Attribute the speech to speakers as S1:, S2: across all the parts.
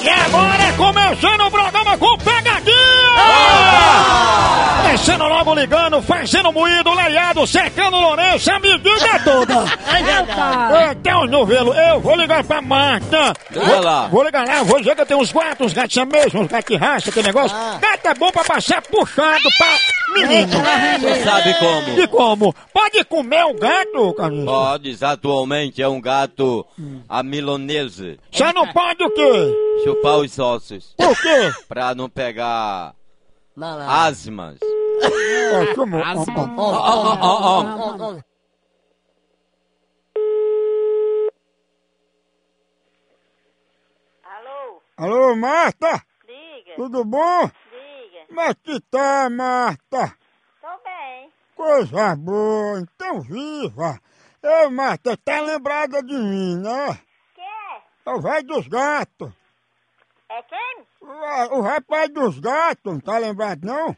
S1: E agora começando o programa com pegadinha! Descendo logo ligando, fazendo moído, leiado, secando o Lourenço, a medida toda! Ei, Tem um novelo, eu vou ligar pra Marta!
S2: Liga lá.
S1: Vou ligar lá, vou dizer que eu tenho uns gatos, uns gatos mesmo, uns gatos de raça, aquele negócio. Gato é bom pra passar puxado pra menino!
S2: Você sabe É, como?
S1: E como? Pode comer o gato, Carlinhos?
S2: Podes, atualmente é um gato a milonese.
S1: Só não pode o quê?
S2: Chupar os sócios
S1: Por quê?
S2: pra não pegar
S3: Não, não.
S2: asmas.
S1: Ó, como- ó, ó.
S3: Oh, oh, oh, oh, oh.
S4: Alô?
S1: Alô, Marta?
S4: Diga,
S1: Tudo bom?
S4: diga.
S1: Como é que tá, Marta?
S4: Tô bem.
S1: Coisa boa, então viva! Ô, Marta, tá lembrada de mim, né?
S4: Quem é?
S1: É o velho dos gatos.
S4: É quem?
S1: O, o rapaz dos gatos, não tá lembrado não?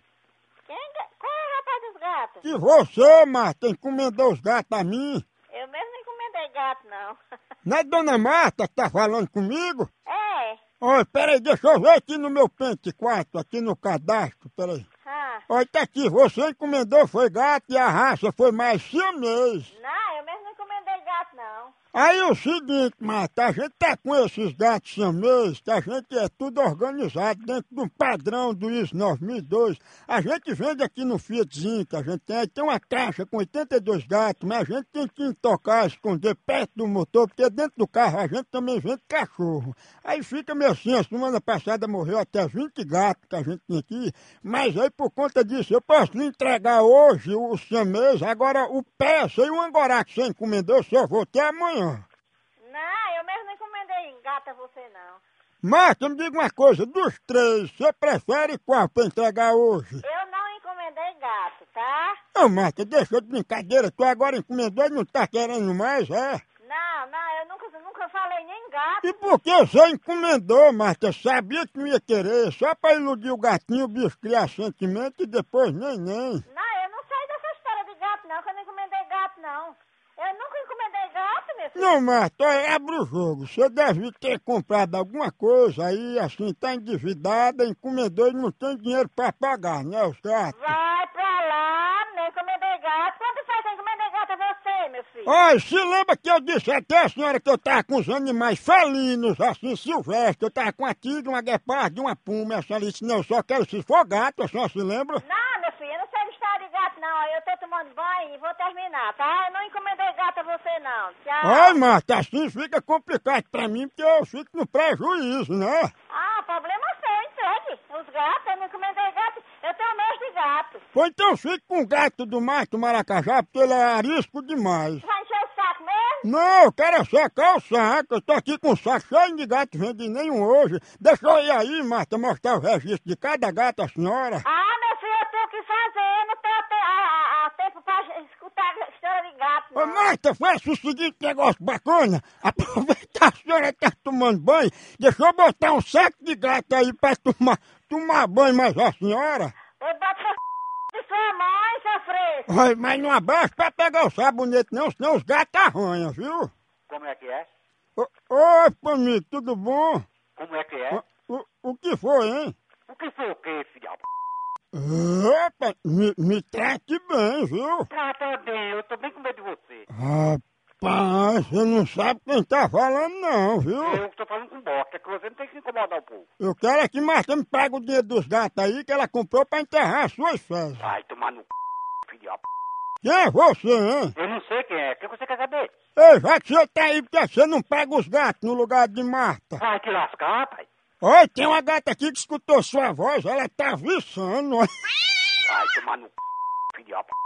S4: Quem? ga- Qual é o rapaz dos gatos?
S1: Que você, Marta, encomendou os gatos a mim.
S4: Eu mesmo não encomendei gato, não.
S1: Não é dona Marta que tá falando comigo?
S4: É?
S1: Oi, peraí, deixa eu ver aqui no meu pente 4, aqui no cadastro, peraí.
S4: Ah,
S1: Olha, tá aqui, você encomendou foi gato e a raça foi mais siamês.
S4: não, eu mesmo não encomendei gato, não.
S1: Aí é o seguinte, Marta, a gente tá com esses gatos siamês, que a gente é tudo organizado dentro do padrão do ISO 9002. A gente vende aqui no Fiatzinho, que a gente tem, aí tem uma caixa com 82 gatos, mas a gente tem que tocar, esconder perto do motor, porque dentro do carro a gente também vende cachorro. Aí fica meio assim, a semana passada morreu até 20 gatos que a gente tinha aqui, mas aí por conta disso eu posso lhe entregar hoje o siamês, agora o peça e o angorá que você encomendou, eu só vou ter amanhã.
S4: Não, eu mesmo não encomendei gato a você, não.
S1: Marta, me diga uma coisa, dos três, você prefere qual pra entregar hoje?
S4: Eu não encomendei gato, tá?
S1: Ô Marta, deixa de brincadeira, tu agora encomendou e não tá querendo mais, é?
S4: Não, não, eu nunca, nunca falei nem gato.
S1: E por que você encomendou, Marta? Sabia que não ia querer, só pra iludir o gatinho, o bicho criar sentimento e depois nem nem.
S4: Não, eu não sei dessa história de gato, não, que eu não encomendei gato, não. Eu nunca encomendei gato, meu filho.
S1: Não, Marta, olha, abre o jogo. Você deve ter comprado alguma coisa aí, assim, tá endividada, encomendou e não tem dinheiro pra pagar, né, os gatos?
S4: Vai pra lá, não encomendei gato. Quanto faz que eu encomendei gato a você, meu filho?
S1: Olha, se lembra que eu disse até a senhora que eu tava com os animais felinos, assim, silvestres. Eu tava com a tigre, uma guepardo, uma puma. A senhora disse, não, eu só quero se for gato, a senhora se lembra?
S4: Não, meu filho, eu não sei de história de gato, não. Eu tô tomando banho e vou terminar, tá? Eu não encomendei gato a você, não. Tchau.
S1: Ai, Marta, assim fica complicado pra mim, porque eu fico no prejuízo, né?
S4: Ah, problema seu, entregue. Os gatos, eu não encomendei gato. Eu tenho mês de gato.
S1: Ou então fica com o gato do mato maracajá, porque ele é arisco demais.
S4: Vai encher o saco mesmo?
S1: Não, eu quero é secar o saco. Eu tô aqui com um saco cheio de gato, vendi nenhum hoje. Deixa eu ir aí, Marta, mostrar o registro de cada gato à senhora.
S4: Ah, meu filho, eu tenho o que fazer. Eu não tenho te- a- a- a tempo pra j- escutar história de gato,
S1: Ô,
S4: não.
S1: Marta, faça o seguinte negócio bacana. Aproveitar a senhora tá tomando banho. Deixa eu botar um saco de gato aí pra tomar, tomar banho mais a senhora.
S4: Eu boto seu c... de sua mãe, seu fresco.
S1: Ai, mas não abaixa pra pegar o sabonete não, senão os gatos arranham, viu?
S5: Como é que é?
S1: Ô, Oi, Pamito, tudo bom?
S5: Como é que é?
S1: O, o- o que foi, hein?
S5: O que foi o Ah, que, filhão?
S1: Opa, me, me trate bem, viu?
S5: Trata tá, bem, eu tô bem com medo de você.
S1: Rapaz, você não sabe quem tá falando não, viu?
S5: Eu tô falando com bosta, é que você não tem que incomodar o povo.
S1: Eu quero é que Marta me pague o dinheiro dos gatos aí que ela comprou pra enterrar as suas fezes.
S5: Vai tomar no c, filhão.
S1: Quem é você, hein?
S5: Eu não sei quem é, o que você quer saber?
S1: Ei, já que você tá aí, porque você não paga os gatos no lugar de Marta.
S5: Vai te lascar, rapaz.
S1: Olha, tem uma gata aqui que escutou sua voz, ela tá viçando. ó.
S5: Vai tomar no c, filhão.